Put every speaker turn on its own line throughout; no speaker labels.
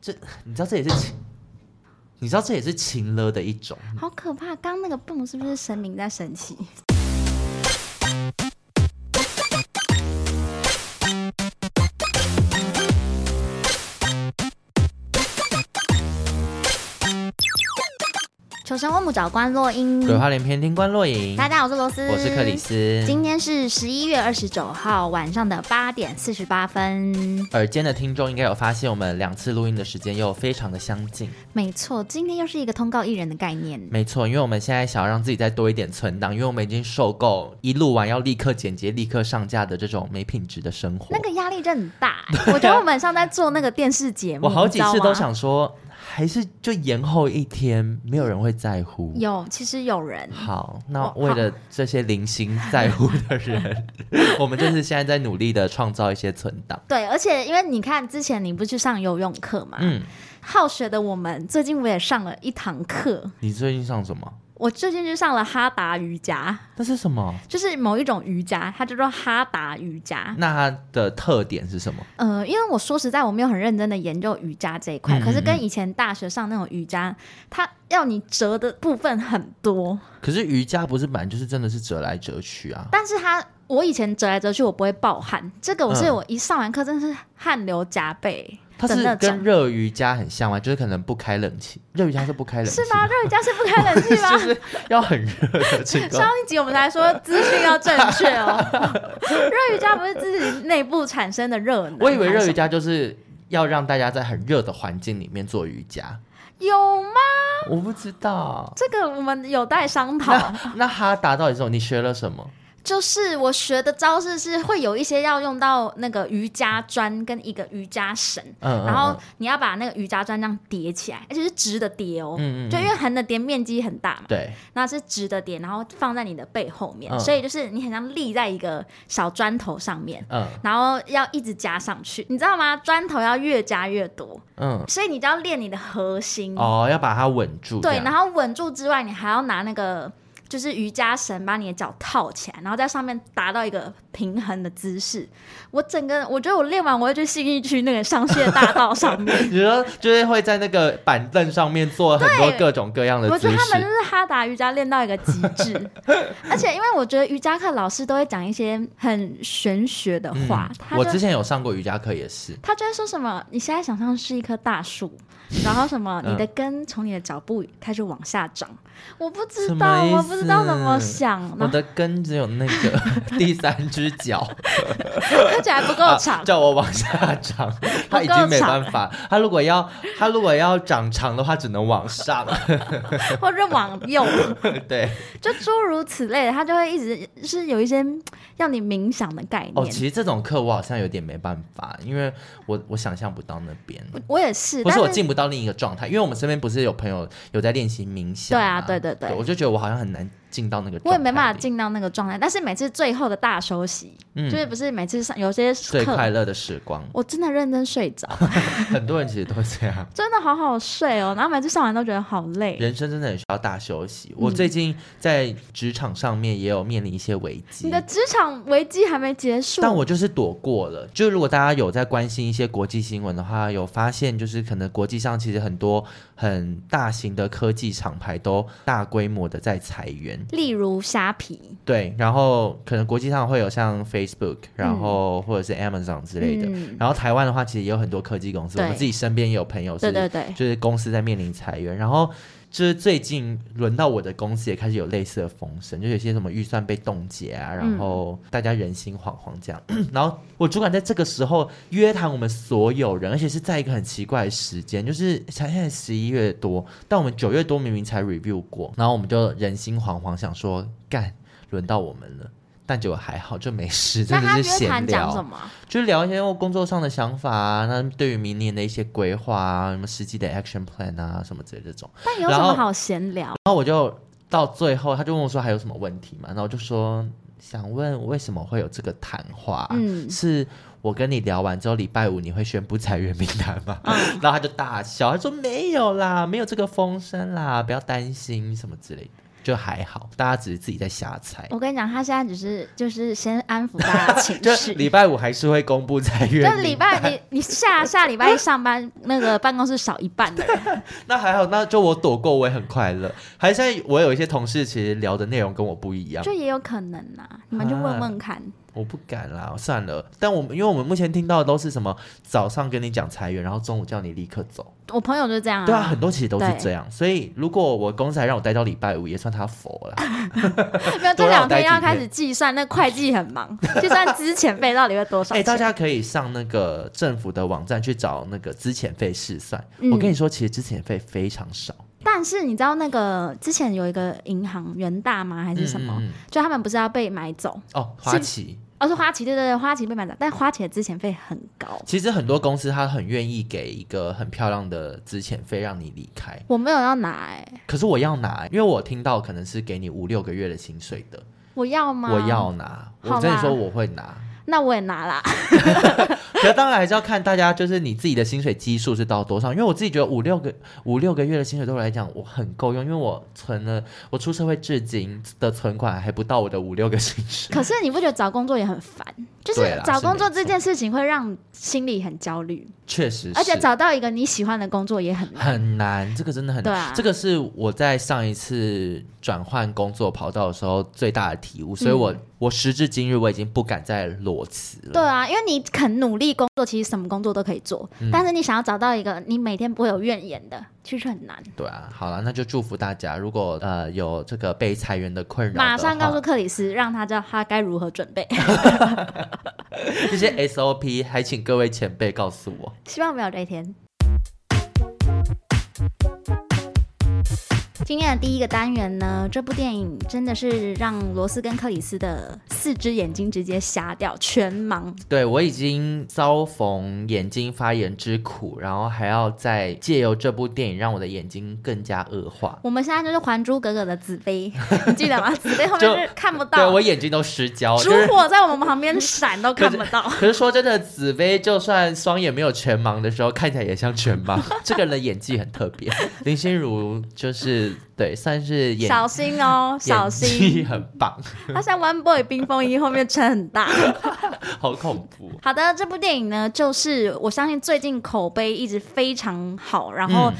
这你知道这也是情，你知道这也是情勒的一种。
好可怕！刚刚那个蹦是不是神明在神奇？求生问不找关落英，
鬼话连篇，听官落影。
大家好，我是罗斯，
我是克里。斯。
今天是十一月二十九号晚上的八点四十八分。
耳尖的听众应该有发现，我们两次录音的时间又非常的相近。
没错，今天又是一个通告艺人的概念。
没错，因为我们现在想要让自己再多一点存档，因为我们已经受够一录完要立刻剪辑、立刻上架的这种没品质的生活。
那个压力真的很大、我觉得我们像在做那个电视节目，
我好几次都
你
想说，还是就延后一天，没有人会在乎。
知道吗有，其实有人
好，那
哦
为了这些零星在乎的 人，我们就是现在在努力的创造一些存档。
对，而且因为你看之前你不是去上游泳课嘛，
嗯，
好学的我们最近我也上了一堂课，
你最近上什么？
我最近去上了哈达瑜伽，
那是什么？
就是某一种瑜伽，它叫做哈达瑜伽。
那它的特点是什么？
呃，因为我说实在，我没有很认真的研究瑜伽这一块，
嗯
可是
嗯
跟
嗯
以前大学上那种瑜伽，它要你折的部分很多，
可是瑜伽不是本来就是真的是折来折去啊。
但是它我以前折来折去我不会爆汗，这个我是
嗯
我一上完课真的是汗流浃背。
它
的那
是
种。
跟热瑜伽很像吗？就是可能不开冷气，热瑜伽是不开冷气
是吗？热瑜伽是不开冷气吗？
就是要很热的情况
上。一集我们来说资讯要正确 哦。热瑜伽不是自己内部产生的热能，
我以为热瑜
伽
伽就是要让大家在很热的环境里面做瑜伽，
啊有吗？
我不知道。
这个我们有待商讨。
那那哈达到底是什么？你学了什么？
就是我学的招式是会有一些要用到那个瑜伽砖跟一个瑜伽绳，
嗯，嗯
然后
嗯
你要把那个瑜伽砖这样叠起来，而且是直的叠哦。
嗯嗯嗯
就因为横的叠面积很大嘛，
对，
那是直的叠，然后放在你的背后面，
嗯
所以就是你很像立在一个小砖头上面，
嗯
然后要一直加上去，你知道吗？砖头要越加越多，
嗯，
所以你就要练你的核心。
哦，要把它稳住。这
对，
样
然后稳住之外，你还要拿那个就是瑜伽绳把你的脚套起来，然后在上面达到一个平衡的姿势。我整个我觉得我练完，我会去信义区那个商业大道 上面。
你说就是会在那个板凳上面做很多
对
各种各样的
我觉
姿
得他们就
势。
是哈达瑜伽练到一个极 致，而且因为我觉得瑜伽课老师都会讲一些很玄学的话，啊他
嗯我
就
之前有上过瑜伽课，也是。
他就会说什么，你现在想象是一棵大树，然后什么，
嗯
你的根从你的脚步开始往下长。我不知
什
道，
么意
我不知道怎么
思
想，
我
然后
的根只有那个第三只脚，
而且还不 够 长
啊，叫我往下 长，它已经没办法。它如果要它如果要长长的话，只能往 上。
或者往右，
对，
就诸如此类的，他就会一直是有一些嗯要你冥想的概
哦，
念。
其实这种课我好像有点没办法，因为我我想象不到那边。
我我也是，
不
但
是
是
我进不到另一个状态，因为我们身边不是有朋友有在练习冥想、
对啊对对对
我就觉得我好像很难进到那个状态里，
我也没办法进到那个状态。但是每次最后的大休息，
嗯
就是不是每次上有些
最快
课，。
乐的时光
我真的认真睡着，
很多人其实都这样，
真的好好睡哦。然后每次上完都觉得好累。
人生真的很需要大休息。
嗯
我最近在职场上面也有面临一些危机
你。的职场危机还没结束，
但我就是躲过了。就如果大家有在关心一些国际新闻的话，有发现就是可能国际上其实很多很大型的科技厂牌都大规模的在裁员，
例如虾皮
对，然后可能国际上会有像 Facebook，然后或者是 Amazon 之类的。
嗯、
然后台湾的话，其实也有很多科技公司，
对
我们自己身边也有朋友
对
是，
对对，
就是公司在面临裁员，然后。就是最近轮到我的公司也开始有类似的风声，就有些什么预算被冻结啊，
嗯
然后大家人心惶惶这样。 然后我主管在这个时候约谈我们所有人，而且是在一个很奇怪的时间，就是才现在十一月多，但我们九月多明明才 review 过，然后我们就人心惶惶，想说干轮到我们了，但结果还好，就没事，
那
真的
他
是
约
闲
谈
聊
讲。什么？
就聊一些工作上的想法啊，那对于明年的一些规划啊，什么实际的 action plan 啊，什么之类的这种。
但有什么好闲聊？
然后我就到最后，他就问我说还有什么问题嘛，然后我就说想问为什么会有这个谈话？
嗯
是我跟你聊完之后，礼拜五你会宣布裁员名单吗？
嗯
然后他就大笑，他说没有啦，没有这个风声啦，不要担心什么之类的。就还好，大家只是自己在瞎猜。
我跟你讲，他现在只是就是先安抚大家的情
就
绪。
礼拜五还是会公布在月
就
历
礼拜你你下下礼拜一上班，那个办公室少一半
啊
的人，
那还好，那就我躲过，我也很快乐。还现在我有一些同事其实聊的内容跟我不一样，
就也有可能呐、你们就问问看，
我不敢啦，算了。但我们因为我们目前听到的都是什么早上跟你讲裁员，然后中午叫你立刻走，
我朋友就这样、
对啊，很多其实都是
对
这样。所以如果我公司还让我待到礼拜五，也算他佛 了。
没有这
多让
两
我待
天
几
要开
天
始计算，那会计很忙，计算资遣费到底会多少
哎、
钱。
大家可以上那个政府的网站去找那个资遣费试算。
嗯
我跟你说，其实资遣费非常少，
但是你知道那个之前有一个银行元大吗？还是什么？
嗯嗯嗯
就他们不是要被买走？
哦，花旗。
哦，是花旗，对对对，花旗被买走，但花旗的资遣费很高。
其实很多公司他很愿意给一个很漂亮的资遣费让你离开，
我没有要拿、哎，
可是我要拿，因为我听到可能是给你五六个月的薪水的，
我要吗？
我，要拿，
好
我跟你
吧
说我会拿。
那我也拿啦。
可当然还是要看大家就是你自己的薪水基数是到多少，因为我自己觉得五六个五六个月的薪水对我来讲我很够用，因为我存了我出社会至今的存款还不到我的五六个薪水。
可是你不觉得找工作也很烦？就是
对啦
找工作
是没
这件事情会让心里很焦虑，
确实是，
而且找到一个你喜欢的工作也很难。
很难，这个真的很难。
对啊
这个是我在上一次转换工作跑道的时候最大的体悟，所以我、
嗯
我时至今日我已经不敢再裸辞了。
对啊，因为你肯努力工作，其实什么工作都可以做，
嗯
但是你想要找到一个你每天不会有怨言的，其实很难。
对啊，好了，那就祝福大家，如果呃有这个被裁员的困扰的话，
马上告诉克里斯，让他知道他该如何准备。
这些 SOP，还请各位前辈告诉我。
希望没有这一天。今天的第一个单元呢，这部电影真的是让罗斯跟克里斯的四只眼睛直接瞎掉，全盲。
对我已经遭逢眼睛发炎之苦，然后还要再借由这部电影让我的眼睛更加恶化。
我们现在就是《还珠格格》的子 妃，你记得吗？子妃后面
就是
看不
对
到
我，眼睛都失焦，
烛
就是
火在我们旁边闪都看不到。
可是说真的，紫薇就算双眼没有全盲的时候，看起来也像全盲。 这个人的演技很特别，林心如就是对，算是演
小心哦，小
演
心！
技很棒，
他像 One Boy 冰风衣后面撑很大。
好恐怖。
好的，这部电影呢，就是我相信最近口碑一直非常好，然后
嗯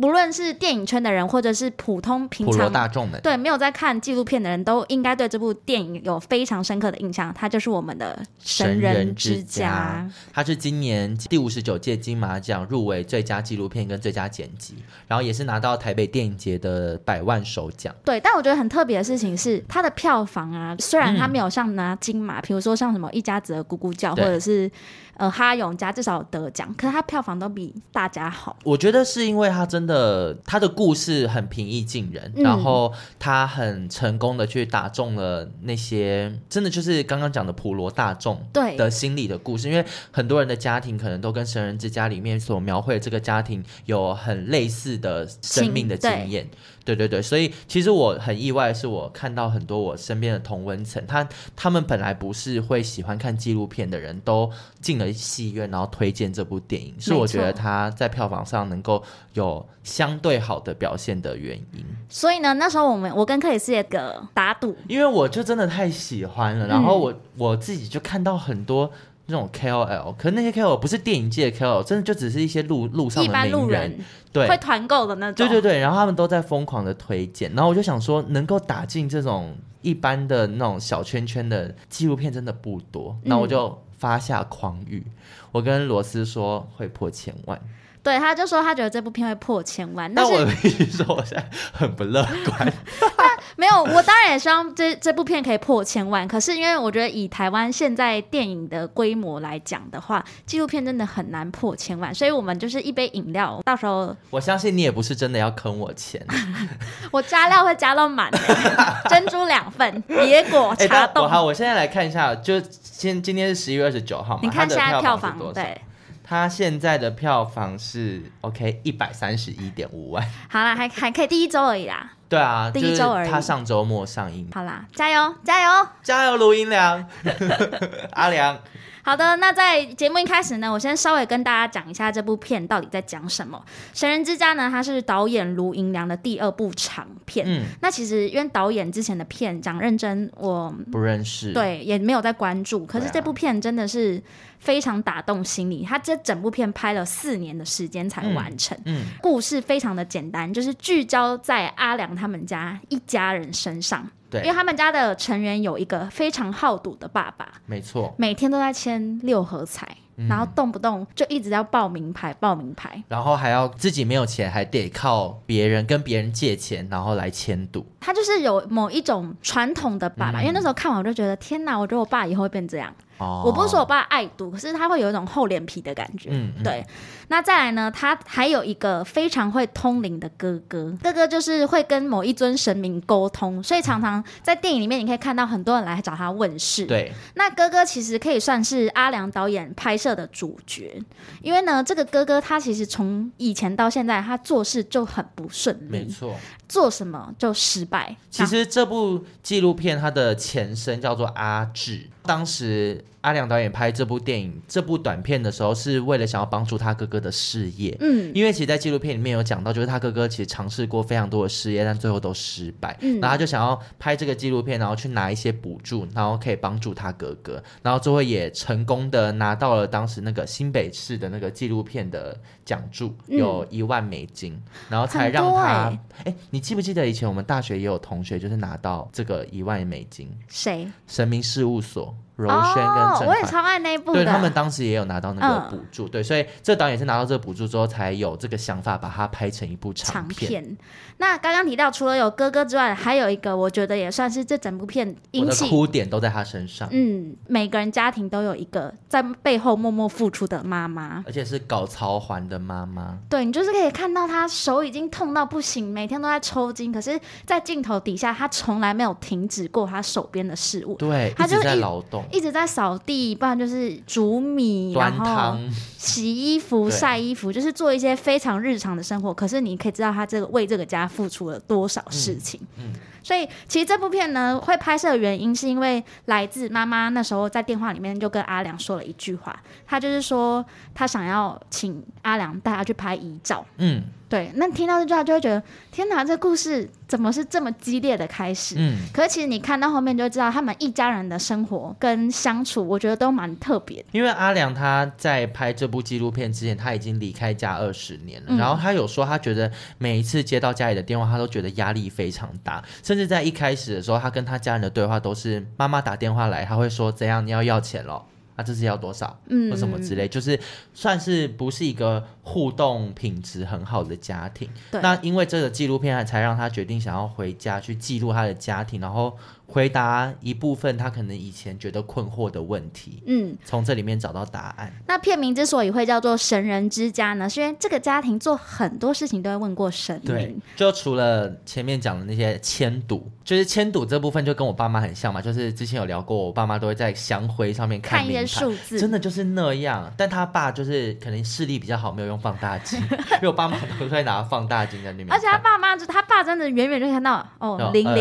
不论是电影圈的人，或者是普通平
普罗
常
大众们，
对没有在看纪录片的人都应该对这部电影有非常深刻的印象，它就是我们的神
神
人
人
之
之家他是今年第五十九届金马奖入围最佳纪录片跟最佳剪辑，然后也是拿到台北电影节的百万首奖。
对，但我觉得很特别的事情是，它的票房啊，虽然它没有像拿金马，比如说像什么一家子的咕咕叫，
嗯
或
对
者是呃哈永家至少有得奖，可是它票房都比大家好。
我觉得是因为他真的他的故事很平易近人，
嗯
然后他很成功的去打中了那些真的就是刚刚讲的普罗大众
对
的心理的故事，因为很多人的家庭可能都跟《神人之家》里面所描绘的这个家庭有很类似的生命的
情
经验。对对对，所以其实我很意外，是我看到很多我身边的同温层，他他们本来不是会喜欢看纪录片的人都进了戏院，然后推荐这部电影，是
没
我觉得
错
它在票房上能够有相对好的表现的原因。
所以呢，那时候我们我跟克里斯也个打赌，
因为我就真的太喜欢
嗯
了，然后我、我自己就看到很多那种 KOL，可是那些 KOL 不是电影界的 KOL，真的就只是一些路路上
一
的
般
名
路
人，
人
对
会团购的那种。
对对对，然后他们都在疯狂的推荐，然后我就想说，能够打进这种一般的那种小圈圈的纪录片真的不多，
嗯
那我就发下狂语，我跟罗斯说会破千万，
对他就说他觉得这部片会破千万，但
但
是
我必须说我现在很不乐 观，
没有，我当然也希望这这部片可以破千万。可是因为我觉得以台湾现在电影的规模来讲的话，纪录片真的很难破千万，所以我们就是一杯饮料，到时候
我相信你也不是真的要坑我钱，
我加料会加到满的， 珍珠两份，野果
哎，
茶
但我
冻。
好，我现在来看一下，就今今天是十一月二十九号嘛，
你看
它
现
的
在票
房
房
是多少？
对，
它现在的票房是 OK 一百三十一点五万，
好啦，还还可以第一周而已啦。
对啊，
第
就
一
是
周而已
他上周末上映，
好啦，加油加油！
加油，卢英 良，阿良，
好的，那在节目一开始呢，我先稍微跟大家讲一下这部片到底在讲什么。《神人之家》呢，它是导演卢银良的第二部长片。
嗯，
那其实因为导演之前的片讲认真，我
不认识，，
对也没有在关注，可是
对啊
这部片真的是非常打动心里。他这整部片拍了四年的时间才完成。
嗯
故事非常的简单，就是聚焦在阿良他们家一家人身上，因为
对，
他们家的成员有一个非常好赌的爸爸，
没错，
每天都在签六合彩，
嗯
然后动不动就一直要报名牌，报名牌。
然后还要自己没有钱，还得靠别人跟别人借钱，然后来迁赌，
他就是有某一种传统的爸
嗯
爸，因为那时候看完我就觉得天哪，我觉得我爸以后会变这样。
哦，
我不是说我爸爱赌，可是他会有一种厚脸皮的感觉。
嗯，嗯，
对，那再来呢？他还有一个非常会通灵的哥哥，哥哥就是会跟某一尊神明沟通，所以常常在电影里面你可以看到很多人来找他问事。
对，
那哥哥其实可以算是阿良导演拍摄的主角，因为呢，这个哥哥他其实从以前到现在，他做事就很不顺
没
利，
错。
做什么就失败。
其实这部纪录片它的前身叫做《阿志》，当时阿良导演拍这部电影、这部短片的时候，是为了想要帮助他哥哥的事业。
嗯，
因为其实，在纪录片里面有讲到，就是他哥哥其实尝试过非常多的事业，但最后都失败。
嗯
然后他就想要拍这个纪录片，然后去拿一些补助，然后可以帮助他哥哥。然后最后也成功的拿到了当时那个新北市的那个纪录片的奖助，
嗯
有一万美金，然后才让
很多
他。
欸
哎、你记不记得以前我们大学也有同学就是拿到这个一万美金？
谁？
神明事务所柔轩跟
哦，
郑
我也
恺
超爱那一部
对
的。嗯
他们当时也有拿到那个补助，对，所以这导演是拿到这个补助之后，才有这个想法把它拍成一部
长
长片。
片，那刚刚提到，除了有哥哥之外，还有一个我觉得也算是这整部片
我
引
的
起，
哭啊点都在他身上，
嗯，每个人家庭都有一个在背后默默付出的妈妈。
而且是搞曹环的妈妈，
对你就是可以看到他手已经痛到不行，每天都在抽筋，可是，在镜头底下，他从来没有停止过他手边的事物，
对，
嗯他
一直
就
在
一
劳动、
一直在扫地，不然就是煮米，
端
然后
汤，
洗衣服、
对
晒衣服，就是做一些非常日常的生活。可是你可以知道他这个为这个家付出了多少事情。
嗯嗯
所以其实这部片呢会拍摄的原因，是因为来自妈妈那时候在电话里面就跟阿良说了一句话，她就是说她想要请阿良带她去拍遗照。
嗯
对，那听到这句话就会觉得，天哪，这故事怎么是这么激烈的开始？
嗯，
可是其实你看到后面就知道，他们一家人的生活跟相处，我觉得都蛮特别的。
因为阿良他在拍这部纪录片之前，他已经离开家二十年了。
嗯
然后他有说，他觉得每一次接到家里的电话，他都觉得压力非常大。甚至在一开始的时候，他跟他家人的对话都是妈妈打电话来，他会说：“怎样，你要要钱咯？啊，这是要多少？
嗯
或什么之类，就是算是不是一个互动品质很好的家庭。
对
那因为这个纪录片才让他决定想要回家去记录他的家庭，然后回答一部分他可能以前觉得困惑的问题。
嗯，
从这里面找到答案。
那片名之所以会叫做“神人之家”呢，是因为这个家庭做很多事情都会问过神
对
明。，
嗯就除了前面讲的那些迁赌，就是迁赌这部分就跟我爸妈很像嘛，就是之前有聊过，我爸妈都会在香灰上面
看一
名
些
牌。
数字，
真的就是那样，但他爸就是可能视力比较好，没有用放大镜， 因为我爸妈都会拿放大镜在那边看。
而且他爸妈就他爸真的远远就看到哦
哦
零零
二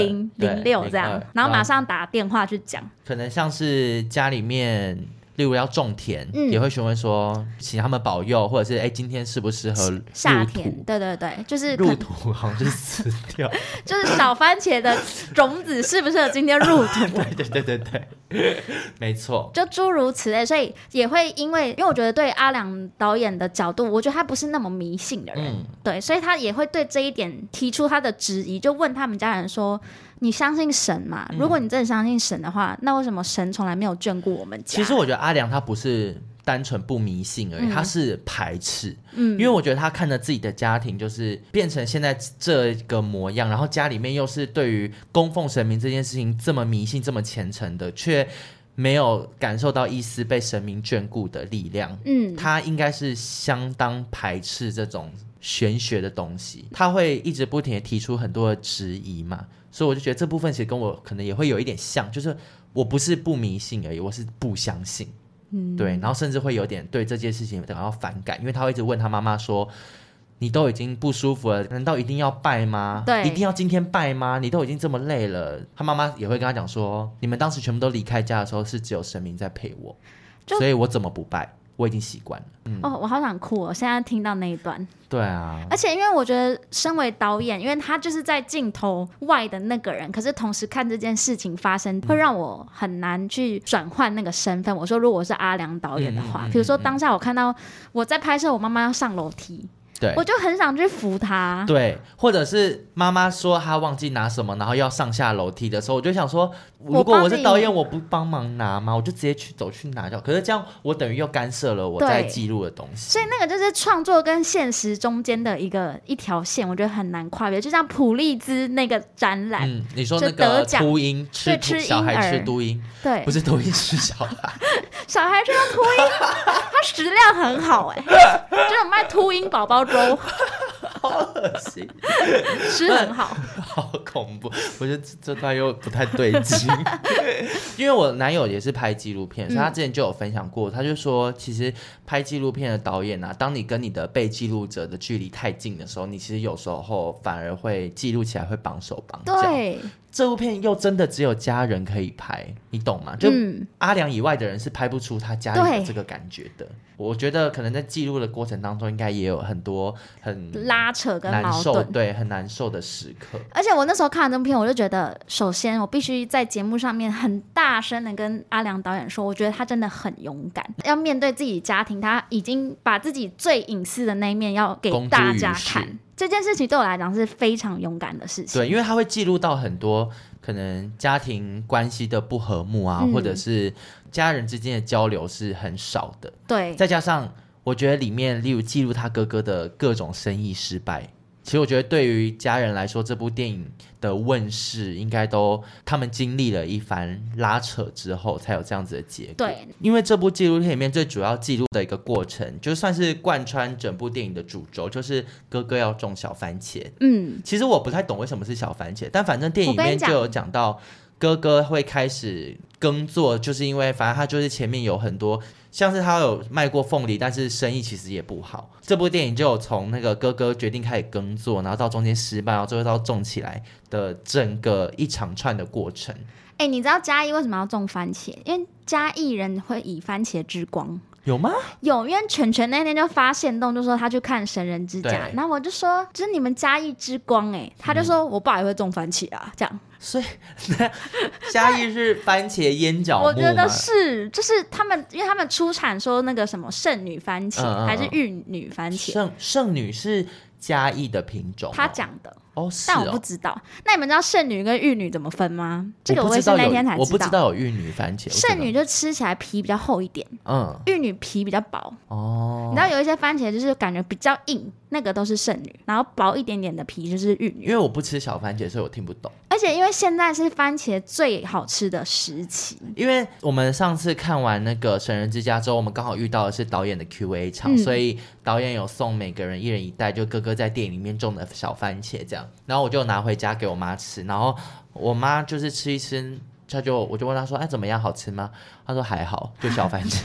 零六
对
这样
02，
然后马上打电话去讲。
可能像是家里面，例如要种田，
嗯
也会询问说，请他们保佑，或者是哎、今天适不适合入
夏
土
天，？对对对，就是可
入土好像就是死掉，
就是小番茄的种子适不适合今天入土，
对对对对对， 没错。
就诸如此类，所以也会因为，因为我觉得对阿良导演的角度，我觉得他不是那么迷信的人，
嗯
对，所以他也会对这一点提出他的质疑，就问他们家人说：“你相信神吗？
嗯
如果你真的相信神的话，那为什么神从来没有眷顾我们家？”
其实我觉得阿良他不是单纯不迷信而已，
嗯
他是排斥，
嗯
因为我觉得他看着自己的家庭就是变成现在这个模样，然后家里面又是对于供奉神明这件事情这么迷信、这么虔诚的，却没有感受到一丝被神明眷顾的力量，
嗯，
他应该是相当排斥这种玄学的东西，他会一直不停的提出很多的质疑嘛，所以我就觉得这部分其实跟我可能也会有一点像，就是我不是不迷信而已，我是不相信，
嗯
对，然后甚至会有点对这件事情感到反感，因为他会一直问他妈妈说。你都已经不舒服了，难道一定要拜吗？
对
一定要今天拜吗？你都已经这么累了，他妈妈也会跟他讲说，你们当时全部都离开家的时候，是只有神明在陪我，
就
所以我怎么不拜？我已经习惯了。嗯，
哦，我好想哭、哦！现在听到那一段，
对啊，
而且因为我觉得，身为导演，因为他就是在镜头外的那个人，可是同时看这件事情发生，会让我很难去转换那个身份。我说，如果我是阿良导演的话，
嗯嗯嗯
比如说
嗯
当下我看到我在拍摄，我妈妈要上楼梯，
对
我。就啊很想去扶她。
对，或者是妈妈说她忘记拿什么，然后要上下楼梯的时候，我就想说，如果
帮
我是
你
导演，我不帮忙拿吗？我就直接去走去拿掉。可是这样，我等于又干涉了我
对
在记录的东西。
所以那个就是创作跟现实中间的一个一条线，我觉得很难跨越。就像普利兹那个展览，
嗯，你说
就
那个
啊得奖
秃鹰吃
对
秃
吃
小
婴
孩吃
儿
秃鹰，
对
不，是秃鹰吃小孩，
小孩这个秃鹰，它食量很好 哎、这种卖秃鹰宝宝粥，
好恶心，
吃很好。
好恐怖！我觉得这这段又不太对劲， 因为我男友也是拍纪录片，所以
嗯
他之前就有分享过，他就说，其实拍纪录片的导演啊，当你跟你的被记录者的距离太近的时候，你其实有时候反而会记录起来会绑手绑脚。，
对，
这部片又真的只有家人可以拍，你懂吗？就
嗯，
阿良以外的人是拍不出他家里的
对
这个感觉的。我觉得可能在记录的过程当中，应该也有很多很
拉扯跟
难
矛
受，
盾。
对，很难受的时刻。
而且我那时候看完这部片，我就觉得，首先我必须在节目上面很大声的跟阿良导演说，我觉得他真的很勇敢，要面对自己家庭，他已经把自己最隐私的那一面要给
公诸
大
于
家
世
看。这件事情对我来讲是非常勇敢的事情。
对，因为他会记录到很多可能家庭关系的不和睦啊，
嗯
或者是家人之间的交流是很少的，
对，
再加上我觉得里面，例如记录他哥哥的各种生意失败。其实我觉得，对于家人来说，这部电影的问世应该都他们经历了一番拉扯之后，才有这样子的结果。
对，
因为这部纪录片里面最主要记录的一个过程，就算是贯穿整部电影的主轴，就是哥哥要种小番茄。
嗯，
其实我不太懂为什么是小番茄，但反正电影里
我跟
面
你
就
讲
有讲到哥哥会开始耕作，就是因为反正他就是前面有很多，像是他有卖过凤梨，但是生意其实也不好。这部电影就有从那个哥哥决定开始耕作，然后到中间失败，然后最后到种起来的整个一长串的过程。
哎、你知道嘉义为什么要种番茄？因为嘉义人会以番茄之光。
有吗？
有，因为全全那天就发现动，就说他去看神人之家
对，嗯
然后我就说这是你们嘉义之光哎、他就说我爸也会种番茄啊，这样
所以嘉义是番茄烟角木
我觉得
吗
是，就是他们因为他们出产说那个什么圣女番茄、
嗯嗯嗯哦
还是玉女番茄，
圣圣女是嘉义的品种哦、
他讲的，
哦，是
但
哦
我不知道。那你们知道圣女跟玉女怎么分吗？这个
我不
也
知
是
道
那
有
天才
我不知道有玉女番茄，我知道
圣女就吃起来皮比较厚一点，
嗯
玉女皮比较薄。
哦
你知，道有一些番茄就是感觉比较硬，那个都是剩女，然后薄一点点的皮就是玉
因
女。
为我不吃小番茄，所以我听不懂。
而且因为现在是番茄最好吃的时期，
因为我们上次看完那个《神人之家》之后，我们刚好遇到的是导演的 Q&A 场，
嗯
所以导演有送每个人一人一袋，就哥哥在店里面种的小番茄这样，然后我就拿回家给我妈吃，然后我妈就是吃一吃。她就我就问她说，哎，怎么样，好吃吗？她说还好，就小番 茄。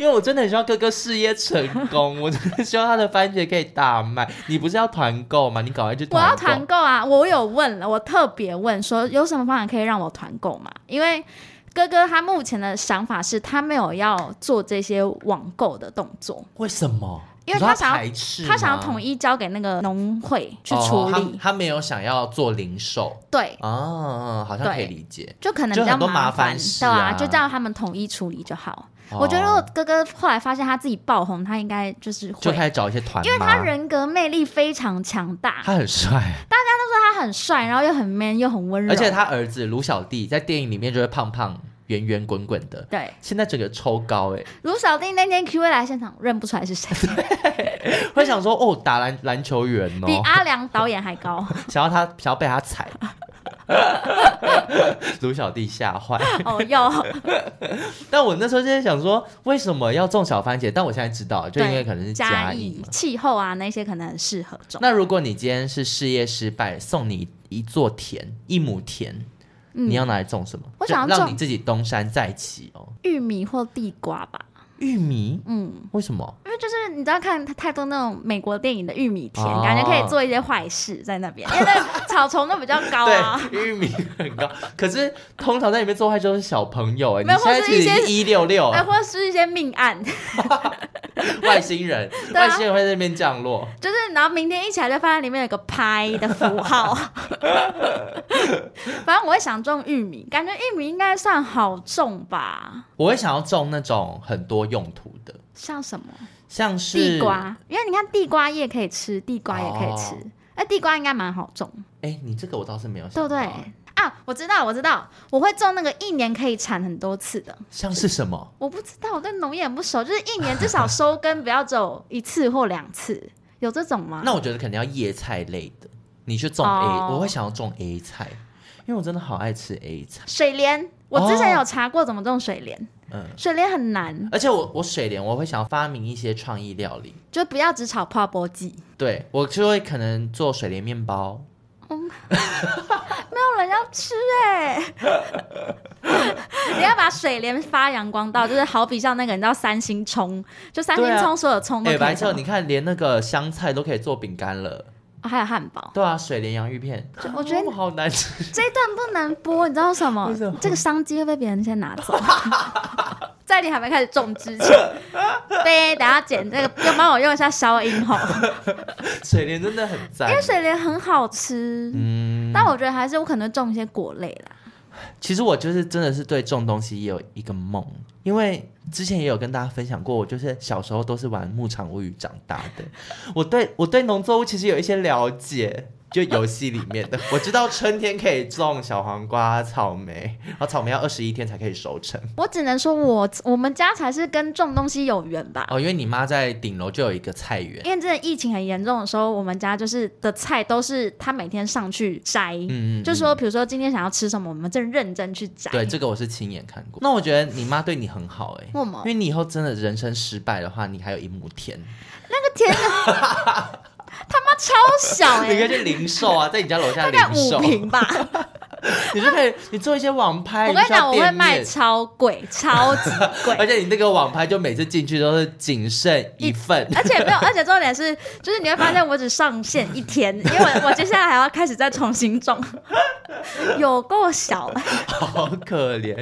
因为我真的很希望哥哥事业成功，我真的希望他的番茄可以大卖。你不是要团购吗？你赶快去
我
团购。
要团购啊！我有问了，我特别问说有什么方法可以让我团购嘛？因为哥哥他目前的想法是他没有要做这些网购的动作，
为什么？
因为
你说他
他想要
排斥吗，
他想要统一交给那个农会去处
哦
理。
他他没有想要做零售
对，
哦，好像
对
可以理解。
就可能
就
比较
很多麻
烦，
烦事
对
啊
就叫他们统一处理就好。
哦
我觉得如果哥哥后来发现他自己爆红，他应该就是
就
会，
开始找一些团妈，
因为他人啊格魅力非常强大，
他很帅，
他很帅，然后又很 man，又很温柔，
而且他儿子卢小弟在电影里面就是胖胖、圆圆、滚滚的，
对
现在整个抽高 哎、
卢小丁那天 Q A 来现场认不出来是谁，
会想说哦，打篮篮球员
比
哦，
阿良导演还高。
想要他想要被他 踩。卢小弟吓坏，
哦哟，
但我那时候就在想说，为什么要种小番茄？但我现在知道， 就因为可能是
嘉
嘉义嘛。
气候啊那些可能很适合种。
那如果你今天是事业失败，送你一座田，一亩田，你要拿来种什么？
嗯我
就
想要
让
种
你自己东山再起哦。
玉米或地瓜吧，
玉米？
嗯，
为什么？
因为就是你知道看太多那种美国电影的玉米田，
哦
感觉可以做一些坏事在那 边，因为那个草丛都比较高啊。
对，玉米很高， 可是通常在里面做坏都是小朋友哎、
没有
你现在
或是
其
一
实
些
是一六六
哎，或者是一些命案，
外星人，
对啊
外星人会在那边降落。
就是然后明天一起来就发现里面有个拍的符 号。反正我会想种玉米，感觉玉米应该算好种吧，
我会想要种那种很多用途的，
像什么
像是
地瓜，因为你看地瓜叶可以吃，地瓜也可以吃
哦，
那、地瓜应该蛮好种。
哎、你这个我倒是没有
对
想
不
到
对
哎，？
啊，我知道，我知道，我会种那个一年可以产很多次的。
像是什么？
我不知道，我对农业很不熟，就是一年至少收根不要走一次或两次，有这种吗？
那我觉得肯定要叶菜类的，你去种 A，、
啊哦
我会想要种 A 菜，因为我真的好爱吃 A 菜。
水莲，我之前有查过怎么种水莲，
哦嗯，
水莲很难，
而且我我水莲我会想要发明一些创意料理，
就不要只炒泡波鸡。
对我就会可能做水莲面
哦
包，
没有人要吃哎、 你要把水莲发扬光大，就是好比像那个你知道三星葱，就三星
对啊
葱所有葱都
哎、
可以
白
种
昼，你看连那个香菜都可以做饼干了，
哦还有汉堡。
对啊，水莲洋芋片，
我觉得
哦 好难吃，
这一段不能播，你知道什么
为什么？
这个商机会被别人先拿 走。在你还没开始种之前，对，等下剪这个，要帮我用一下消音吼，
水莲真的很赞
因为。水莲很好吃，
嗯，
但我觉得还是我可能种一些果类啦。
其实我就是真的是对种东西也有一个梦，因为之前也有跟大家分享过，我就是小时候都是玩《牧场物语》长大的， 我对我对农作物其实有一些了解。就游戏里面的，我知道春天可以种小黄瓜、草莓，然后草莓要二十一天才可以熟成
我只能说我我们家才是跟种东西有缘吧。
哦。因为你妈在顶楼就有一个菜园，
因为真的疫情很严重的时候，我们家就是的菜都是她每天上去摘，
嗯嗯，
就
嗯
说比如说今天想要吃什么，我们正认真去 摘。
对，这个我是亲眼看过。那我觉得你妈对你很好哎、
为什么
因为你以后真的人生失败的话，你还有一亩田，
天哪，他妈超小 哎、
你可以去零售啊，在你家楼下
大概
零
五
售，
瓶吧。
你就可以你做一些网拍，
我跟你
需要
讲，我会
店
卖
面
超贵，超级
而
贵。
且你那个网拍就每次进去都是仅剩一份，
而且没有，而且重点是，就是你会发现我只上线一天，因为我我接下来还要开始再重新种，有够小，
好可怜。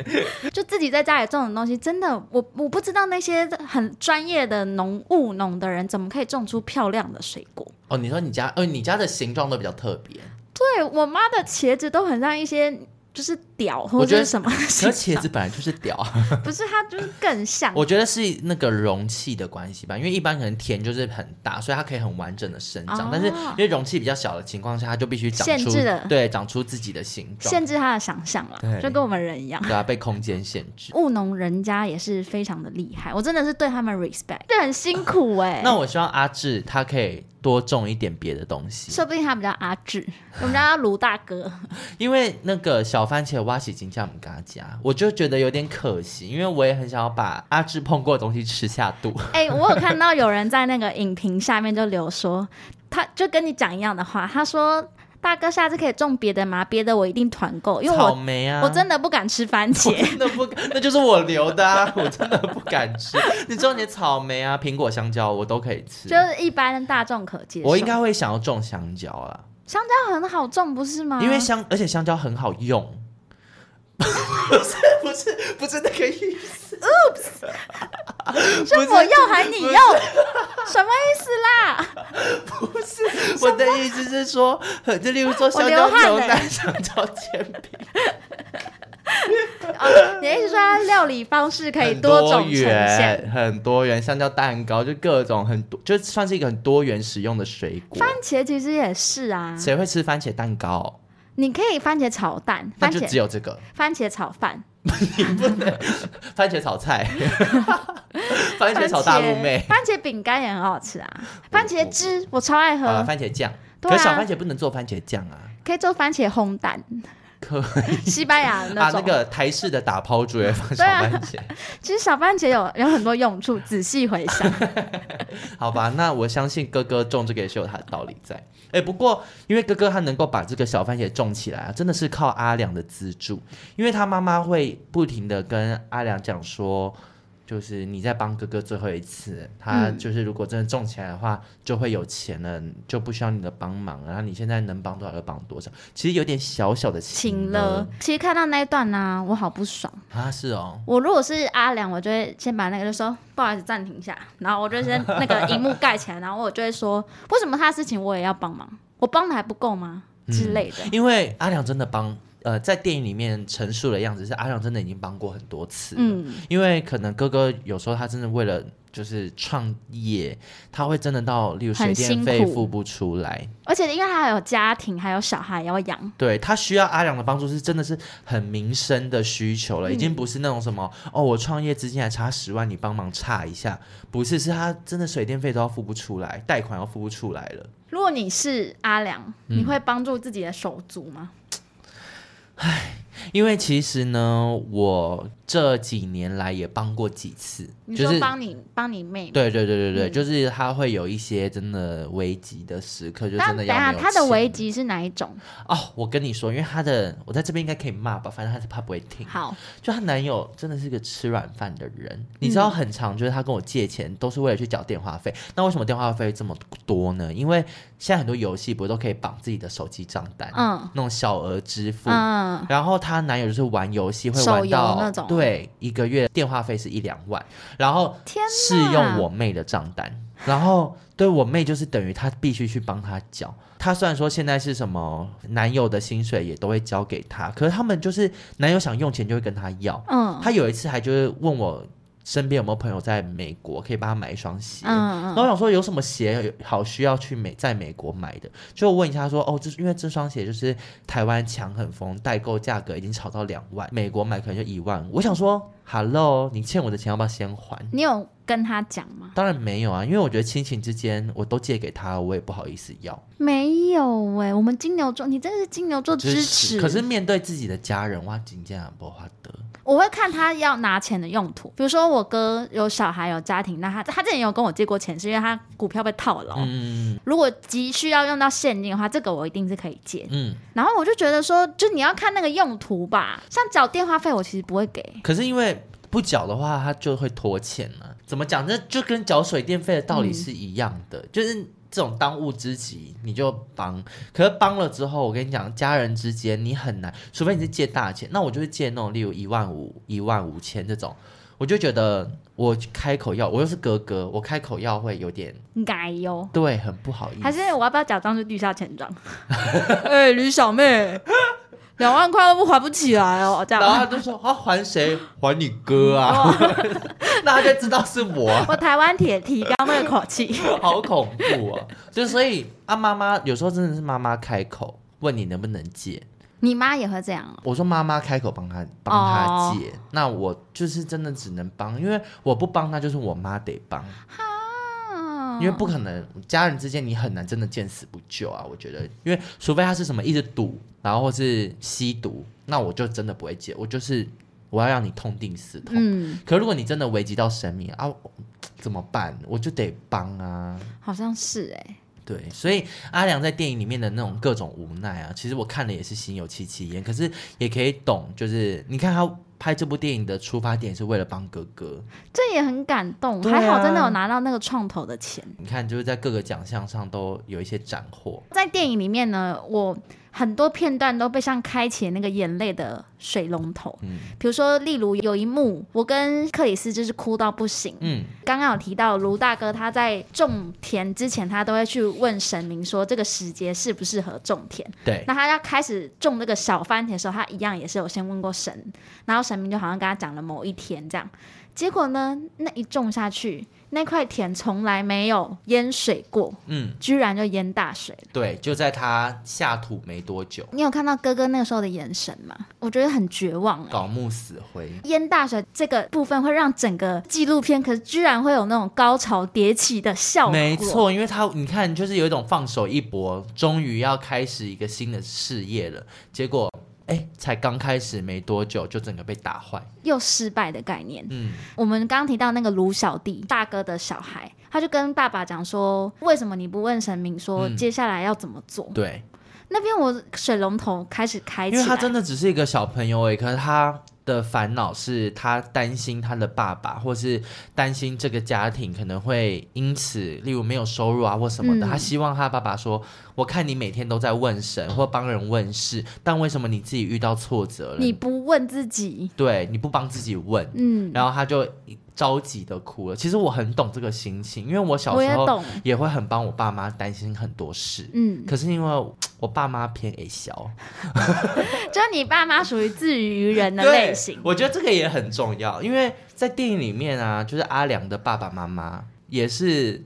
就自己在家里种的东西，真的，我我不知道那些很专业的农务农的人怎么可以种出漂亮的水果。
哦，你说你家，呃，你家的形状都比较特别，
对我妈的茄子都很像一些就是屌或
我觉
者
得
是什么
可
形状，
是茄子本来就是屌，
不是它就是更像。
我觉得是那个容器的关系吧，因为一般可能田就是很大，所以它可以很完整的生长，
哦
但是因为容器比较小的情况下，它就必须长出
限制了
对长出自己的形状，
限制他的想象
对
了，就跟我们人一样。
对啊，被空间限制。
务农人家也是非常的厉害，我真的是 对他们 respect，这很辛苦 哎、
那我希望阿志他可以多种一点别的东西，
说不定他比较阿志，我们叫他卢大哥。
因为那个小番茄挖起金酱母嘎家，我就觉得有点可惜，因为我也很想要把阿志碰过的东西吃下肚。
哎、我有看到有人在那个影评下面就留说， 他就跟你讲一样的话，他说大哥下次可以种别的吗？别的我一定团购，因 为
草
我、
莓啊，
我真的不敢吃 番茄。
真的不敢，那就是我留的 啊，我真的不敢吃。你知道你的草莓啊、苹果、香蕉我都可以吃，
就是一般大众可接受，
我应该会想要种香蕉啊，
香蕉很好种，不是吗？
因为香，而且香蕉很好 用。不是不是不是那个意思，
是
不是
我要还你
不是
要， 什么意思啦？
我的意思是说， 呃就例如说香蕉
我流汗欸
牛
嘞
奶、 香蕉煎饼，
哦，你的意思说它料理方式可以
很
多种呈现？
元，很多元，香蕉蛋糕就各种很多，就算是一个很多元使用的水果
番。茄其实也是啊，
谁会吃番茄蛋糕？
你可以番茄炒蛋，
那
番
就只
茄
有这个
番茄炒饭，
番茄炒 菜，番茄炒大陆妹。
番茄饼干也很好吃啊，番茄汁我超爱
好了，
喝，
番茄酱。
对
可
啊
是小番茄不能做番茄酱啊，
可以做番茄烘蛋，
可
西班牙的
啊
那
那
种。
个台式的打抛猪也放小
对啊
番茄。
其实小番茄有有很多用处，仔细 回想，
好吧，那我相信哥哥种这个也是有他的道理在。哎、不过因为哥哥他能够把这个小番茄种起来啊，真的是靠阿良的资助，因为他妈妈会不停的跟阿良讲说。就是你再帮哥哥最后一次，他就是如果真的中起来的话，就会有钱了，就不需要你的帮忙了。然后你现在能帮多少就帮多少，其实有点小小的
请
情
了。其实看到那一段呢、我好不爽。
啊，是哦，
我如果是阿良，我就会先把那个就说不好意思暂停一下，然后我就先那个荧幕盖起来，然后我就会说为什么他的事情我也要帮忙，我帮的还不够吗之类的。
因为阿良真的帮，呃，在电影里面陈述的样子是阿良真的已经帮过很多次了，
嗯，
因为可能哥哥有时候他真的为了就是创业，他会真的到例如水
很
电
辛
费
苦
付不出来，
而且因为他还有家庭，还有小孩要养，
对他需要阿良的帮助是真的是很民生的需求了，已
嗯
经不是那种什么哦，我创业资金还差十万，你帮忙差一下，不是，是他真的水电费都要付不出来，贷款要付不出来了。
如果你是阿良，
嗯
你会帮助自己的手足吗？
因为其实呢，我这几年来也帮过几次，
你
就
说
是
帮嗯你帮你妹妹，
对对对对对，就是他会有一些真的危急的时刻，就
但
真
等
的
一
要
下
没有
他的
钱
危机是哪一种？
哦，我跟你说，因为他的我在这边应该可以骂吧，反正他他不会听。
好，嗯
就她男友真的是个吃软饭的人，你知道很长，就是他跟我借钱都是为了去缴电话费。那为什么电话费这么多呢？因为现在很多游戏不都可以绑自己的手机账单，
嗯
那种小额支付。
嗯，
然后她男友就是玩游戏会
手
玩
游
到
那种
对，一个月电话费是一两万，然后
天哪
是用我妹的账单，然后对我妹就是等于她必须去帮她缴。她虽然说现在是什么男友的薪水也都会交给她，可是他们就是男友想用钱就会跟她要。
嗯
她有一次还就是问我身边有没有朋友在美国可以帮她买一双鞋，
嗯
然后我想说有什么鞋好需要去美在美国买的，就问一下他说哦，就是因为这双鞋就是台湾强很风代购价格已经炒到两万，美国买可能就一万。我想说，Hello，你欠我的钱要不要先还？
你有跟他讲吗？
当然没有啊，因为我觉得亲情之间我都借给他，我也不好意思要
没有哎、我们金牛座，你真的是金牛座支持。
可是面对自己的家人，哇，金价不花得。
我会看他要拿钱的用途，比如说我哥有小孩有家庭，那他他之前有跟我借过钱，是因为他股票被套牢。
嗯
如果急需要用到现金的话，这个我一定是可以借。
嗯，
然后我就觉得说，就你要看那个用途吧。像缴电话费，我其实不会给。
可是因为不缴的话，他就会拖欠呢、怎么讲？这就跟缴水电费的道理是一样的，
嗯
就是这种当务之急，你就帮。可是帮了之后，我跟你讲，家人之间你很难，除非你是借大钱。那我就是借那种，例如一万五、一万五千这种，我就觉得我开口要，我又是哥哥，我开口要会有点
该哟。
对，很不好意
还
思。
是我要不要假装是地下钱庄？ 哎、吕小妹，两万块都不还不起来哦，这
然后
样。
他就说：“啊，还谁？ 还你哥啊！” 那他就知道是我啊、
我台湾铁蹄刚刚那个口气。
好恐怖哦！就所以啊，妈妈有时候真的是妈妈开口问你能不能借，
你妈也会这样哦、
我说妈妈开口帮她帮她借，那我就是真的只能帮，因为我不帮她就是我妈得帮，
啊
因为不可能家人之间你很难真的见死不救啊，我觉得，因为除非他是什么一直赌，然后或是吸毒，那我就真的不会借，我就是我要让你痛定思痛。
嗯，
可如果你真的危及到生命啊，我怎么办？我就得帮啊。
好像是哎、
对，所以阿良在电影里面的那种各种无奈啊，其实我看了也是心有戚戚焉，可是也可以懂，就是你看他拍这部电影的出发点是为了帮哥哥，
这也很感动，
对啊
还好真的有拿到那个创投的钱。
你看就是在各个奖项上都有一些斩获。
在电影里面呢，我很多片段都被像开启那个眼泪的水龙头，
嗯
比如说，例如有一幕，我跟克里斯就是哭到不行。
嗯，
刚刚有提到卢大哥，他在种田之前，他都会去问神明说这个时节适不适合种田。
对，
那他要开始种这个小番茄的时候，他一样也是有先问过神，然后神明就好像跟他讲了某一天这样。结果呢，那一种下去，那块田从来没有淹水过，
嗯
居然就淹大水了。
对，就在他下土没多久，
你有看到哥哥那个时候的眼神吗？我觉得很绝望哎、
搞木死灰。
淹大水这个部分会让整个纪录片，可是居然会有那种高潮迭起的效果。
没，错，因为他你看，就是有一种放手一搏，终于要开始一个新的事业了，结果哎，才刚开始没多久就整个被打坏。
又失败的概念。
嗯，
我们刚提到那个卢小弟，大哥的小孩，他就跟爸爸讲说：“为什么你不问神明说
嗯
接下来要怎么做？”
对。
那边我水龙头开始开起
因
来，
为他真的只是一个小朋友哎，可是他的烦恼是他担心他的爸爸，或是担心这个家庭可能会因此，例如没有收入啊或什么的。
嗯
他希望他爸爸说：“我看你每天都在问神或帮人问事，但为什么你自己遇到挫折了？
你不问自己，
对你不帮自己问？”
嗯，
然后他就着急的哭了。其实我很懂这个心情，因为我小
我
时
也
候
懂，
也会很帮我爸妈担心很多事。
嗯，
可是因为我爸妈偏矮小，
就你爸妈属于自娱于人的
对
类型，
我觉得这个也很重要，因为在电影里面啊，就是阿良的爸爸妈妈也是，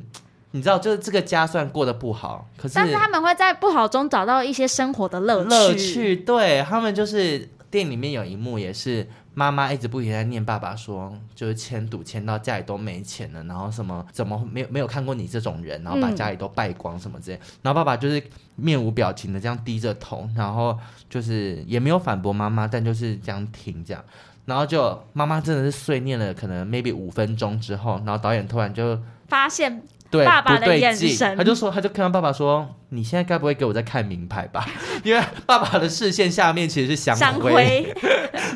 你知道，就是这个家虽然过得不好，可是
但是他们会在不好中找到一些生活的乐
乐趣，对他们就是电影里面有一幕也是。妈妈一直不停地在念爸爸说，就是迁赌迁到家里都没钱了，然后什么怎么没有没有看过你这种人，然后把
嗯
家里都败光什么之类，然后爸爸就是面无表情的这样低着头，然后就是也没有反驳妈妈，但就是这样听这样，然后就妈妈真的是碎念了可能 maybe 五分钟之后，然后导演突然就
发现
对
爸爸的
不对
眼
劲
神
他就说，他就看到爸爸说：“你现在该不会给我在看名牌吧？” 因为爸爸的视线下面其实是香
香灰，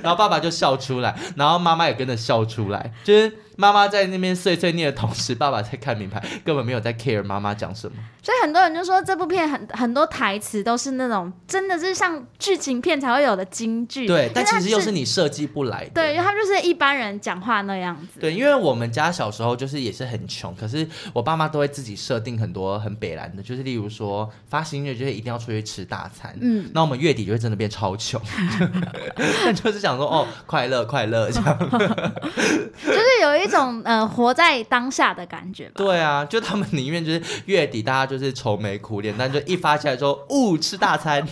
然后爸爸就笑出来，然后妈妈也跟着笑出来，就是妈妈在那边碎碎念的同时，爸爸在看名牌，根本没有在 care 妈妈讲什么。
所以很多人就说这部片很很多台词都是那种真的是像剧情片才会有的金句，
对，但
因为它
其实又是你设计不来的。
对，因为他们就是一般人讲话那样子，
对，因为我们家小时候就是也是很穷，可是我爸妈都会自己设定很多很北蓝的，就是例如说发薪日就是一定要出去吃大餐，
嗯，
那我们月底就会真的变超 穷， 但就是想说哦，快乐快乐这样。
就是有一种呃活在当下的感觉吧。
对啊，就他们宁愿就是月底大家就是愁眉苦脸，但就一发起来之后，哦，吃大餐，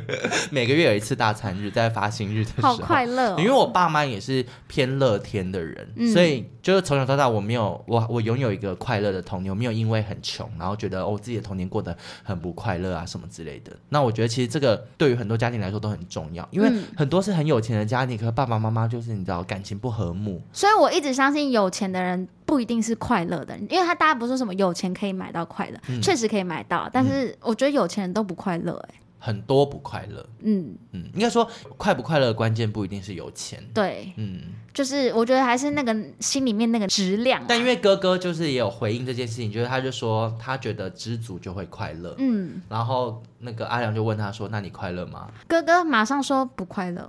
每个月有一次大餐日，在发薪日的时候，
好快乐、哦，
因为我爸妈也是偏乐天的人，
嗯
所以就是从小到大，我没有我我拥有一个快乐的童年，我没有因为很穷，然后觉得、哦、我自己的童年过得很不快乐啊什么之类的。那我觉得其实这个对于很多家庭来说都很重要，因为
嗯
很多是很有钱的家庭，可是爸爸妈妈就是你知道感情不和睦，
所以我一直相信有钱的人不一定是快乐的，因为他大家不是说什么有钱可以买到快乐，
嗯
确实可以买到，但是我觉得有钱人都不快乐、欸，
很多不快乐。
嗯，
嗯，应该说快不快乐的关键不一定是有钱。
对，
嗯，
就是我觉得还是那个心里面那个质量啊、
但因为哥哥就是也有回应这件事情，就是他就说他觉得知足就会快乐，
嗯，
然后那个阿良就问他说：“那你快乐吗？”
哥哥马上说不快乐，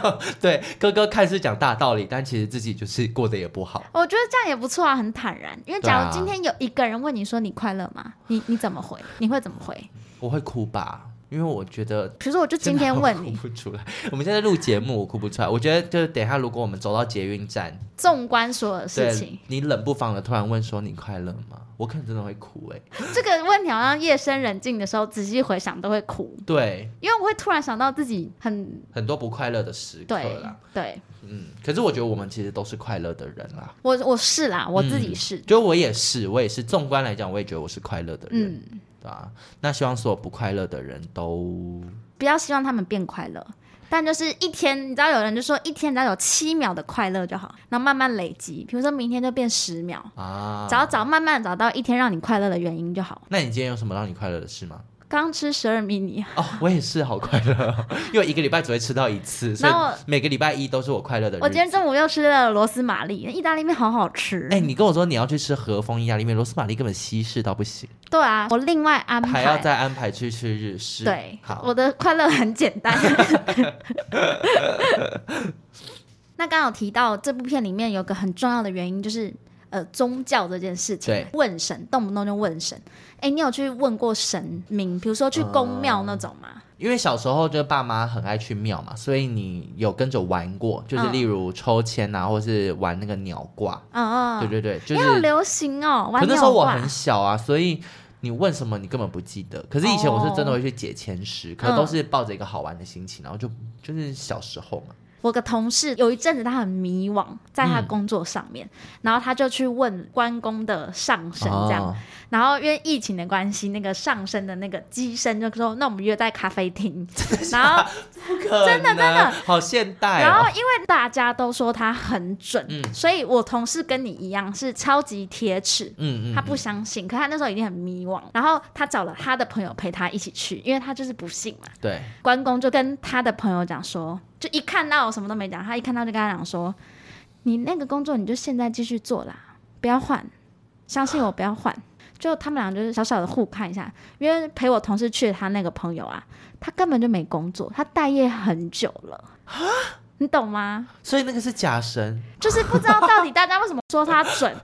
对，哥哥看似讲大道理，但其实自己就是过得也不好。
我觉得这样也不错啊，很坦然。因为
对
假
啊
如今天有一个人问你说你快乐吗？你你怎么回？你会怎么回？
我会哭吧，因为我觉得
比如说我就今
真
天
的
问
我
你，
哭不出来。我们现在录节目，我哭不出来。我觉得就是等一下，如果我们走到捷运站，
纵观所有事情
对，你冷不防的突然问说你快乐吗？我可能真的会哭哎、
这个问题好像夜深人静的时候仔细回想都会哭，
对，
因为我会突然想到自己很
很多不快乐的时刻
对
啦。
对，
嗯，可是我觉得我们其实都是快乐的人啦。
我我是啦，我自
嗯
己是，
就我也是，我也是，纵观来讲，我也觉得我是快乐的人，
嗯，
对吧、那希望所有不快乐的人都
不要希望他们变快乐。但就是一天，你知道有人就说一天只要有七秒的快乐就好，然后慢慢累积，比如说明天就变十秒，
啊。
找找慢慢找到一天让你快乐的原因就好。
那你今天有什么让你快乐的事吗？
刚吃十二迷你，
哦，我也是好快乐哦，因为我一个礼拜只会吃到一次，所以
然后我
每个礼拜一都是我快乐的日子。
我今天中午又吃了螺丝玛丽，那意大利面好好吃。
哎、你跟我说你要去吃和风意大利面，罗斯玛丽根本稀释到不行，
对啊，我另外安
还要
排。
再安排去吃日式。
对，
好
我，的快乐很简 单。 那刚刚有提到这部片里面有个很重要的原因，就是呃宗教这件事情
对，
问神，动不动就问神。哎，你有去问过神明，比如说
嗯
去宫庙那种吗？
因为小时候就爸妈很爱去庙嘛，所以你有跟着玩过，就是
嗯
例如抽签啊，或是玩那个鸟挂。
嗯
对
嗯，
对对，就
你好
是。
流行哦，
可
玩
那时候
鸟
我
挂
很小啊，所以你问什么你根本不记得。可是以前我是真的
哦
会去解签诗，
嗯
可都是抱着一个好玩的心情，然后就就是小时候嘛。
我个同事有一阵子他很迷惘，在
嗯
他工作上面，然后他就去问关公的上身这样，
哦
然后因为疫情的关系，那个上身的那个机身就说，那我们约在咖啡 厅，然后
不可
真的真的
能好现代
然后
哦。
因为大家都说他很准，
嗯
所以我同事跟你一样是超级铁齿。
嗯嗯，
他不相信，可他那时候已经很迷惘，然后他找了他的朋友陪他一起去，因为他就是不信嘛。
对，
关公就跟他的朋友讲说：“就一看到我什么都没讲，他一看到就跟他讲说：“你那个工作你就现在继续做啦，不要换，相信我，不要换。”就他们俩就是小小的互看一下，因为陪我同事去的他那个朋友啊，他根本就没工作，他待业很久了，你懂吗？
所以那个是假神，
就是不知道到底大家为什么说他准，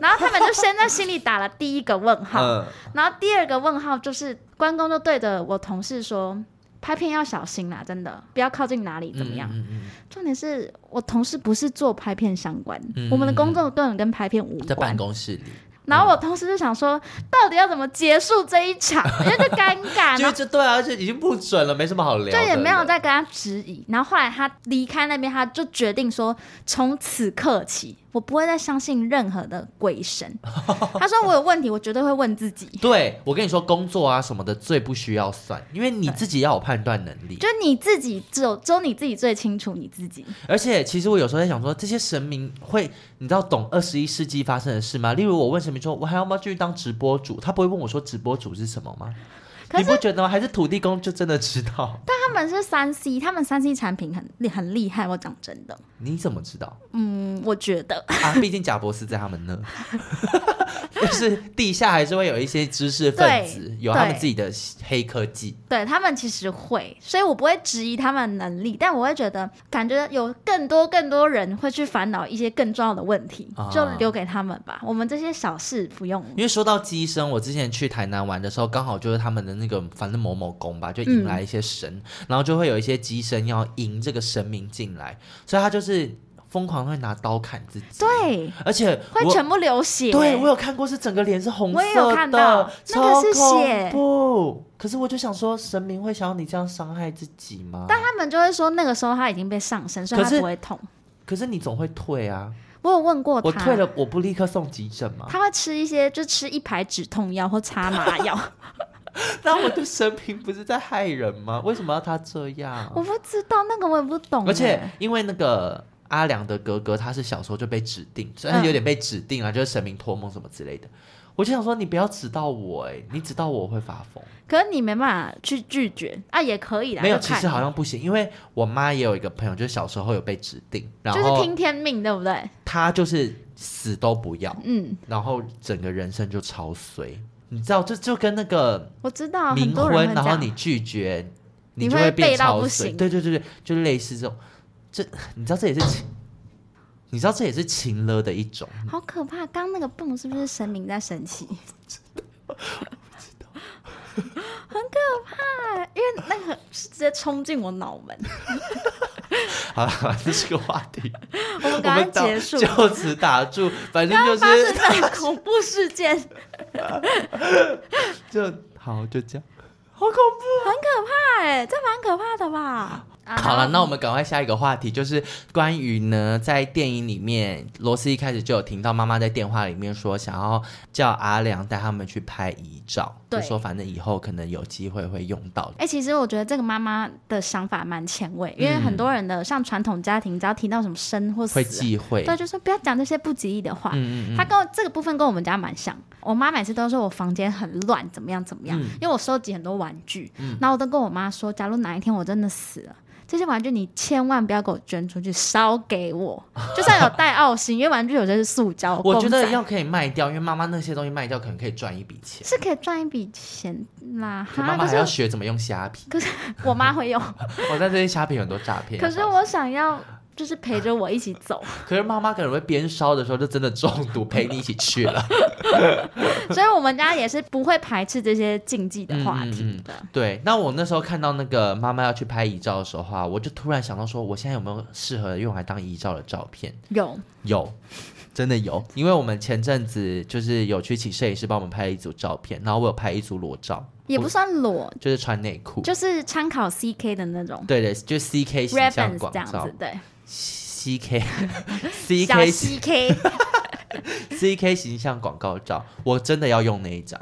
然后他们就先在心里打了第一个问号，
嗯，
然后第二个问号就是关公就对着我同事说：“拍片要小心啦，真的不要靠近哪里，怎么样？”
嗯嗯
重点是我同事不是做拍片相关，
嗯
我们的工作根本跟拍片无
嗯在办
关。
公室里，
然后我同事就想说，到底要怎么结束这一 场？因为就尴尬，
因
然
为
后
这对啊，而且已经不准了，没什么好聊的
就
了，
也没有再跟他质疑。然后后来他离开那边，他就决定说，从此刻起，我不会再相信任何的 鬼神。他说我有问题，我绝对会问自己。
对我跟你说，工作啊什么的最不需要算，因为你自己要有判断能力
就。你自己，只有只有你自己最清楚你自己。
而且，其实我有时候在想说，这些神明会，你知道懂二十一世纪发生的事吗？例如，我问神明说，我还要不要继续当直播主？他不会问我说直播主是什么吗？
可
你
是
不觉得吗？还是土地公就真的知道？
他们是三 C，他们三 C 产品很厉很厉害。我讲真的，
你怎么知道
嗯，我觉得
啊？毕竟贾博士在他们 那，就是地下还是会有一些知识分
对
子，有他们
对
自己的黑科技。
对他们其实会，所以我不会质疑他们能力，但我会觉得感觉有更多更多人会去烦恼一些更重要的问题，
啊
就留给他们吧。我们这些小事不用。
因为说到鸡生，我之前去台南玩的时候，刚好就是他们的那个反正某某宫吧，就迎来一些神，
嗯
然后就会有一些鸡生要迎这个神明进来，所以他就是疯狂会拿刀砍自己，，
对，
而且
会
我
全部流血。
对我有看过是整个脸是红
我也有
色
看
的
到，那个是
超
血
恐怖。可是我就想说，神明会想要你这样伤害自己吗？
但他们就会说那个时候他已经被上身，所以
可
他
是
不会痛。
可是你总会退啊，
我有问过他，
我退了，我不立刻送急诊吗？
他会吃一些，就吃一排止痛药或擦麻药，
那我的神明不是在害人吗？为什么要他这样？
我不知道那个我也不懂
啊
欸。
而且因为那个阿良的哥哥，他是小时候就被指定，虽然有点被指定
嗯
啊，就是神明托梦什么之类的。我就想说，你不要指到我、哎，你指到我我会发疯。
可是你没办法去拒绝啊，也可以啦。
没有，
就
其
看
实好
你
像不行，因为我妈也有一个朋友，就是小时候有被指定，然
就是
后
听天命，对不对？
她就是死都不要，
嗯，
然后整个人生就超衰。你知道，这就跟那个
我知道啊很
冥
多人
婚，
会
然
这
后
样
你。拒绝，
你
就
会
会变
背到
超
不
水
行
对对对对，就类似这种，这你知道这也是情，你知道这也是情勒的一种。
好可怕！刚刚那个蹦是不是神明在生气？很可怕，因为那个是直接冲进我脑 门。
好了，这是个话题，
我们
我
赶
们
快
到
结束。
就此打住。反正就
发生
是
的恐怖事件，很
就好，就这样。
可怕哎、这蛮可怕的吧？啊
好了，那我们赶快下一个话题，就是关于呢，在电影里面，罗斯一开始就有听到妈妈在电话里面说，想要叫阿良带他们去拍遗照，就
对
说反正以后可能有机会会用到
哎、其实我觉得这个妈妈的想法蛮前卫，因为
嗯
很多人的像传统家庭，只要提到什么生或死
会
啊，
忌讳。
对，就说不要讲这些不吉利的话。
嗯嗯
她跟我这个部分跟我们家蛮像，我妈每次都说我房间很乱，怎么样怎么
嗯
样，因为我收集很多玩具，然后我都跟我妈说，假如哪一天我真的死了。这些玩具你千万不要给我捐出去，烧给我。就算有带奥星，因为玩具有些是塑胶，
我觉
公
得
仔
要可以卖掉，因为妈妈那些东西卖掉可能可以赚一笔钱。
是可以赚一笔钱啦。
可妈
哈，
妈
可
还要
是
学怎么用虾皮，
可是我妈会用，
我、哦、但这些虾皮有很多诈骗。
可是
要小心
我想要就是陪着我一起走，
可是妈妈可能会边烧的时候就真的中毒，陪你一起去了。
所以我们家也是不会排斥这些禁忌的话题
嗯
的。
对，那我那时候看到那个妈妈要去拍遗照的时候啊，我就突然想到说，我现在有没有适合用来当遗照的照片？
有，
有，真的有，因为我们前阵子就是有去请摄影师帮我们拍了一组照片，然后我有拍一组裸照，
也不算裸，
就是穿内裤。
就是参考 CK 的那种
对对，就是 C K 形象
reference
广
这样
照
子，对，
，C K C
小
K
CK，
C K 形象广告照，我真的要用那一张，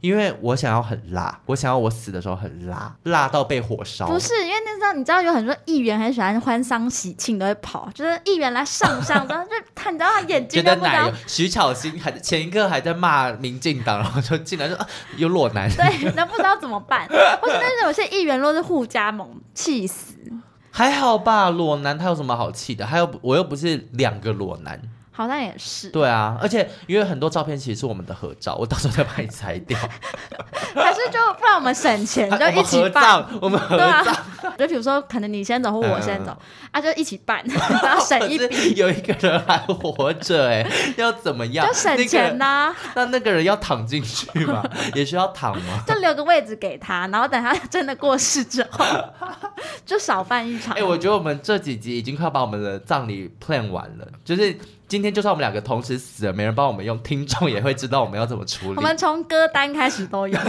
因为我想要很辣，我想要我死的时候很辣，辣到被火烧。
不是因为那时候你知道有很多议员很喜欢欢丧喜庆都会跑，就是议员来上 香，然后就他你知道他眼
觉
睛
得
都不
奶
敢
油，徐巧芯还前一刻还在骂民进党，然后就进来说、啊、有裸男，
对，那不知道怎么办。或者但是有些议员若是互加盟，气死。
还好吧，裸男他有什么好气的？还有我又不是两个裸男，
好像也是，
对啊，而且因为很多照片其实是我们的合照，我到时候再把你裁掉，
还是就不然我们省 钱
我
就一
们合
起办。
照，我们合
对
照。嗯
啊，就比如说，可能你先走或我先走，啊，就一起 办，然后省一
可
笔，
是有一个人还活着哎、 要怎么样？
就省钱啊
那个
呐、
那那个人要躺进去吗？ 也需要躺吗？
就留个位置给他，然后等他真的过世之 后，就少办一场。
哎、我觉得我们这几集已经快要把我们的葬礼 plan 完了，就是今天就算我们两个同时死了，没人帮我们用，听众也会知道我们要怎么处
我
理。
们从歌单开始都有。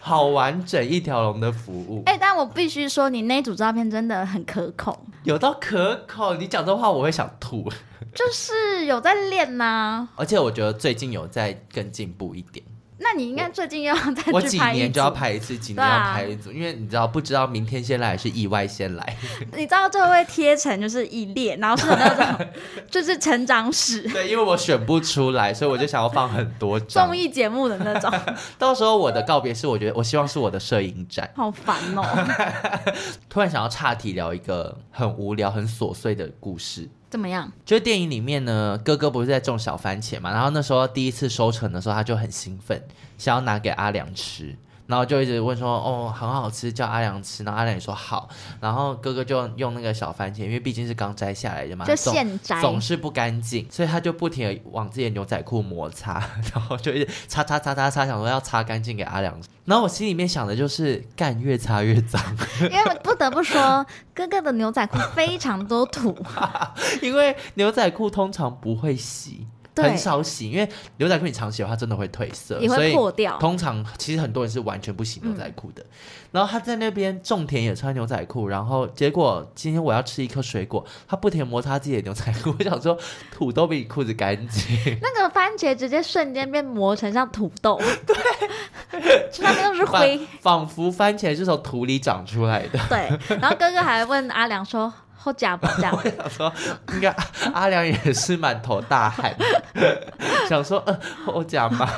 好完整一条龙的服务，
哎、但我必须说，你那组照片真的很可 口，
有到可口。你讲这话我会想吐，
就是有在练呐、
而且我觉得最近有在更进步一点。
那你应该最近要再
我
去
几
拍一
年就要
组
拍一次，几
对
年
啊
要拍一组，因为你知道不知道明天先来还是意外先来。
你知道这会贴成就是一列，然后是有 那种就是成长史
对，因为我选不出来，所以我就想要放很多张
综。艺节目的那种，
到时候我的告别式，我觉得我希望是我的摄影展。
好烦哦、
突然想要岔题聊一个很无聊、很琐碎的故事。
怎么样？
就是电影里面呢，哥哥不是在种小番茄嘛，然后那时候第一次收成的时候，他就很兴奋，想要拿给阿良吃，然后就一直问说：“哦，很好吃，叫阿良吃。”然后阿良也说好，然后哥哥就用那个小番茄，因为毕竟是刚摘下来的嘛，
就
总
现摘
总是不干净，所以他就不停的往自己的牛仔裤摩擦， 然后就一直擦擦擦擦擦，想说要擦干净给阿良。然后我心里面想的就是，干越擦越脏，
因为不得不说，哥哥的牛仔裤非常多土，
因为牛仔裤通常不会洗，
对
很少洗，因为牛仔裤你常洗的话，真的会褪色，
也
所
会
以
破掉。嗯
通常其实很多人是完全不洗牛仔裤的。然后他在那边种田也穿牛仔裤，然后结果今天我要吃一颗水果，他不停地摩擦自己的牛仔裤，我想说土都比你裤子干净，
那个番茄直接瞬间变磨成像土豆，对， 上面都是
仿
灰。
仿佛番茄是从土里长出来的。
对，然后哥哥还问阿良说：“后假不 假
我想说，应该阿良也是满头大汗， 想说，呃，我讲吧，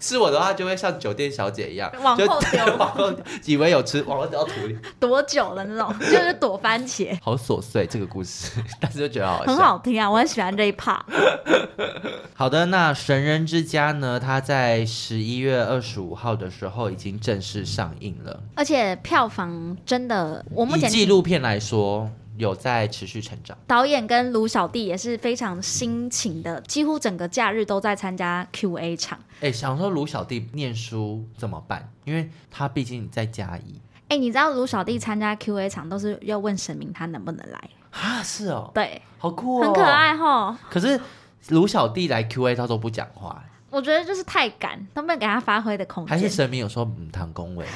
是我的话就会像酒店小姐一样，
往
就
后 丢
往后以为有吃，往后丢到土里，
多久了？”那种就是躲番茄，
好琐碎这个故事，但是就觉得好笑。
很好听啊，我很喜欢这一 part。
好的，那《神人之家》呢？它在十一月二十五号的时候已经正式上映了。
而且票房真的，我目前
以纪录片来说，有在持续成长。
导演跟卢小弟也是非常辛勤的，几乎整个假日都在参加 Q&A 场。
哎，想说卢小弟念书怎么办？因为他毕竟在嘉义
哎，你知道卢小弟参加 Q&A 场都是要问神明他能不能来，
啊，是哦，
对，
好酷哦，
很可。爱吼。
可是卢小弟来 Q&A 他都不讲话，
我觉得就是太赶，都没有给他发挥的空
还是
间。
神明有说嗯，唐恭 维，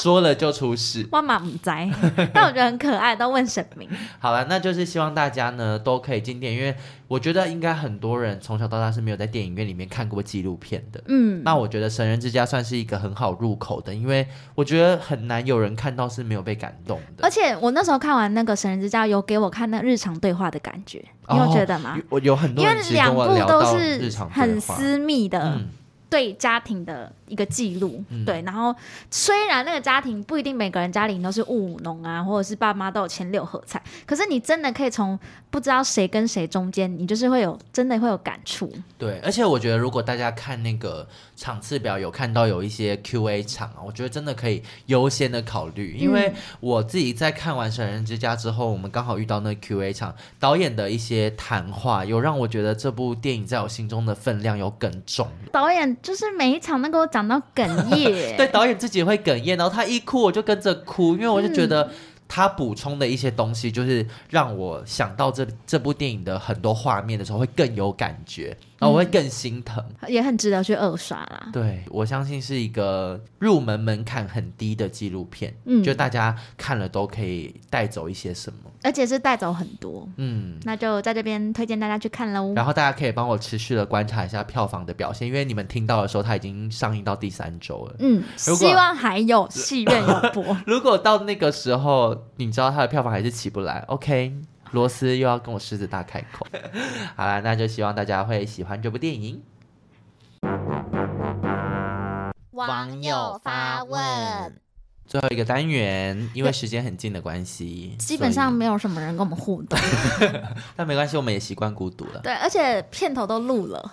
说了就出事。
万马唔栽， 但我觉得很可爱，都问神明。
好了，那就是希望大家呢都可以进电影院，因为我觉得应该很多人从小到大是没有在电影院里面看过纪录片的。
嗯，
那我觉得《神人之家》算是一个很好入口的，因为我觉得很难有人看到是没有被感动的。
而且我那时候看完那个《神人之家》，有给我看那日常对话的感觉，你有
哦
觉得吗？
有我有很多
啊因
人
为
其实
两
跟
部
我聊
都
到
是
日常对
很
话，
私密的
嗯
对家庭的一个记录，
嗯
对。然后虽然那个家庭不一定每个人家里都是务农啊，或者是爸妈都有前六合彩，可是你真的可以从不知道谁跟谁中间，你就是会有真的会有感触。
对。而且我觉得如果大家看那个场次表，有看到有一些 Q&A 场啊，我觉得真的可以优先的考虑，因
嗯
为我自己在看完《神人之家》之后，我们刚好遇到那个 Q&A 场，导演的一些谈话，有让我觉得这部电影在我心中的分量有更重了。
导演就是每一场能给我讲到哽 咽，
对，导演自己会哽咽，然后他一哭我就跟着哭，因为我就觉得他补充的一些东西，就是让我想到这这部电影的很多画面的时候会更有感觉，然后我会更心疼。
也很值得去二刷啦。
对我相信是一个入门门槛很低的纪录片，
嗯
就大家看了都可以带走一些什么，
嗯
而且是带走很多，
嗯。
那就在这边推荐大家去看喽。
嗯
然后大家可以帮我持续的观察一下票房的表现，因为你们听到的时候，它已经上映到第三周了。
嗯，
如果
希望还有戏院有播。
如果到那个时候，你知道它的票房还是起不来，OK，罗斯又要跟我狮子大开口。好啦，那就希望大家会喜欢这部电影。
网友发问。
最后一个单元，因为时间很近的关系，
基本上
所
没有什么人跟我们互动。
以，但没关系，我们也习惯孤独了。
对，而且片头都 录了，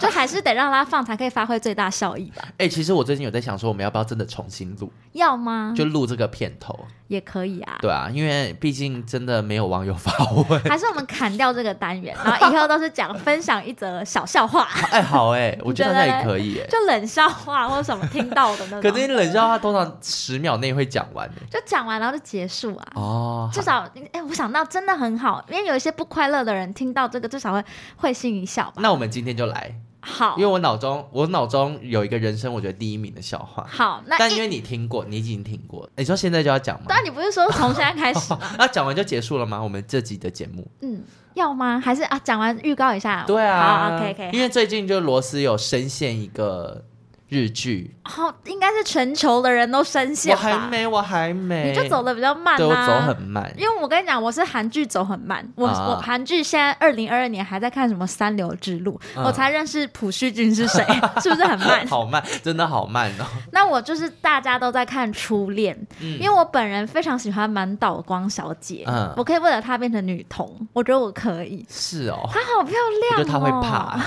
就还是得让它放才可以发挥最大效益吧？
哎、其实我最近有在想说，我们要不要真的重新录，
要吗？
就录这个片头？
也可以 啊。
对啊，因为毕竟真的没有网友发 问。
还是我们砍掉这个单元，然后以后都是讲分享一则小笑 话，
哎、好哎、我觉得那也可以哎、
就冷笑话或者什么听到的那
可是
种，
你冷笑话通常十秒内会讲完的、
就讲完然后就结束啊。
哦。
至少，哎、我想到真的很好，因为有一些不快乐的人听到这个，至少会会心一笑吧。
那我们今天就来，
好
因为，我脑中我脑中有一个人生我觉得第一名的笑话，
好，那
但因
一，
为你听过，你已经听过，你说现在就要讲吗
当？然你不是说从现在开 始吗？
那讲完就结束了吗？我们这集的节目？
嗯，要吗？还是啊，讲完预告一下？
对啊
好，OK OK。
因为最近就罗斯有深陷一个日剧，
好，应该是全球的人都深
我
陷吧？
还没，我还没，
啊你就走的比较慢啊
对我
啦、
走很慢，
因为我跟你讲，我是韩剧走很慢，我、
啊
我韩剧现在二零二二年还在看什么《三流之路》
嗯
我才认识朴叙俊 是谁，是不是很慢？
好慢，真的好慢哦。
那我就是大家都在看《初恋》
嗯
因为我本人非常喜欢满岛光小姐，
嗯
我可以为了她变成女童，我觉得我可以。
是哦，
她好漂
我觉得
亮、哦，
他会怕，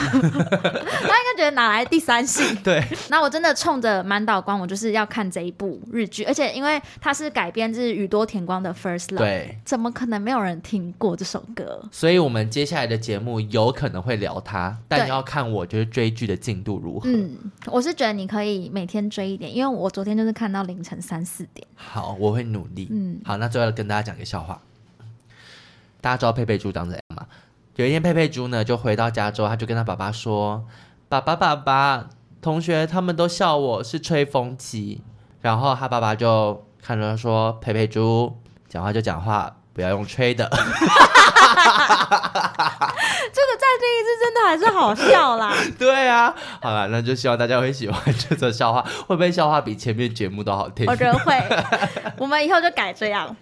他应该觉得哪来第三性？
对。
那我真的冲着满岛光，我就是要看这一部日剧，而且因为它是改编自宇多田光的《First Love》，
对。
怎么可能没有人听过这首歌？
所以，我们接下来的节目有可能会聊他，但
对
要看我就是追剧的进度如何。
嗯，我是觉得你可以每天追一点，因为我昨天就是看到凌晨三四点。
好，我会努力。
嗯
好，那最后跟大家讲个笑话。大家知道佩佩猪长怎样吗？有一天，佩佩猪呢就回到家之后，他就跟他爸爸说：“爸爸，爸爸，同学他们都笑我是吹风机。”然后他爸爸就看着他说：“佩佩猪，讲话就讲话，不要用吹的。
这个再听一次真的还是好笑啦。”
对啊，好了，那就希望大家会喜欢这则笑话，会不会笑话比前面节目都好听
我？觉得会，我们以后就改这样。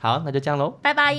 好，那就这样喽。
拜拜。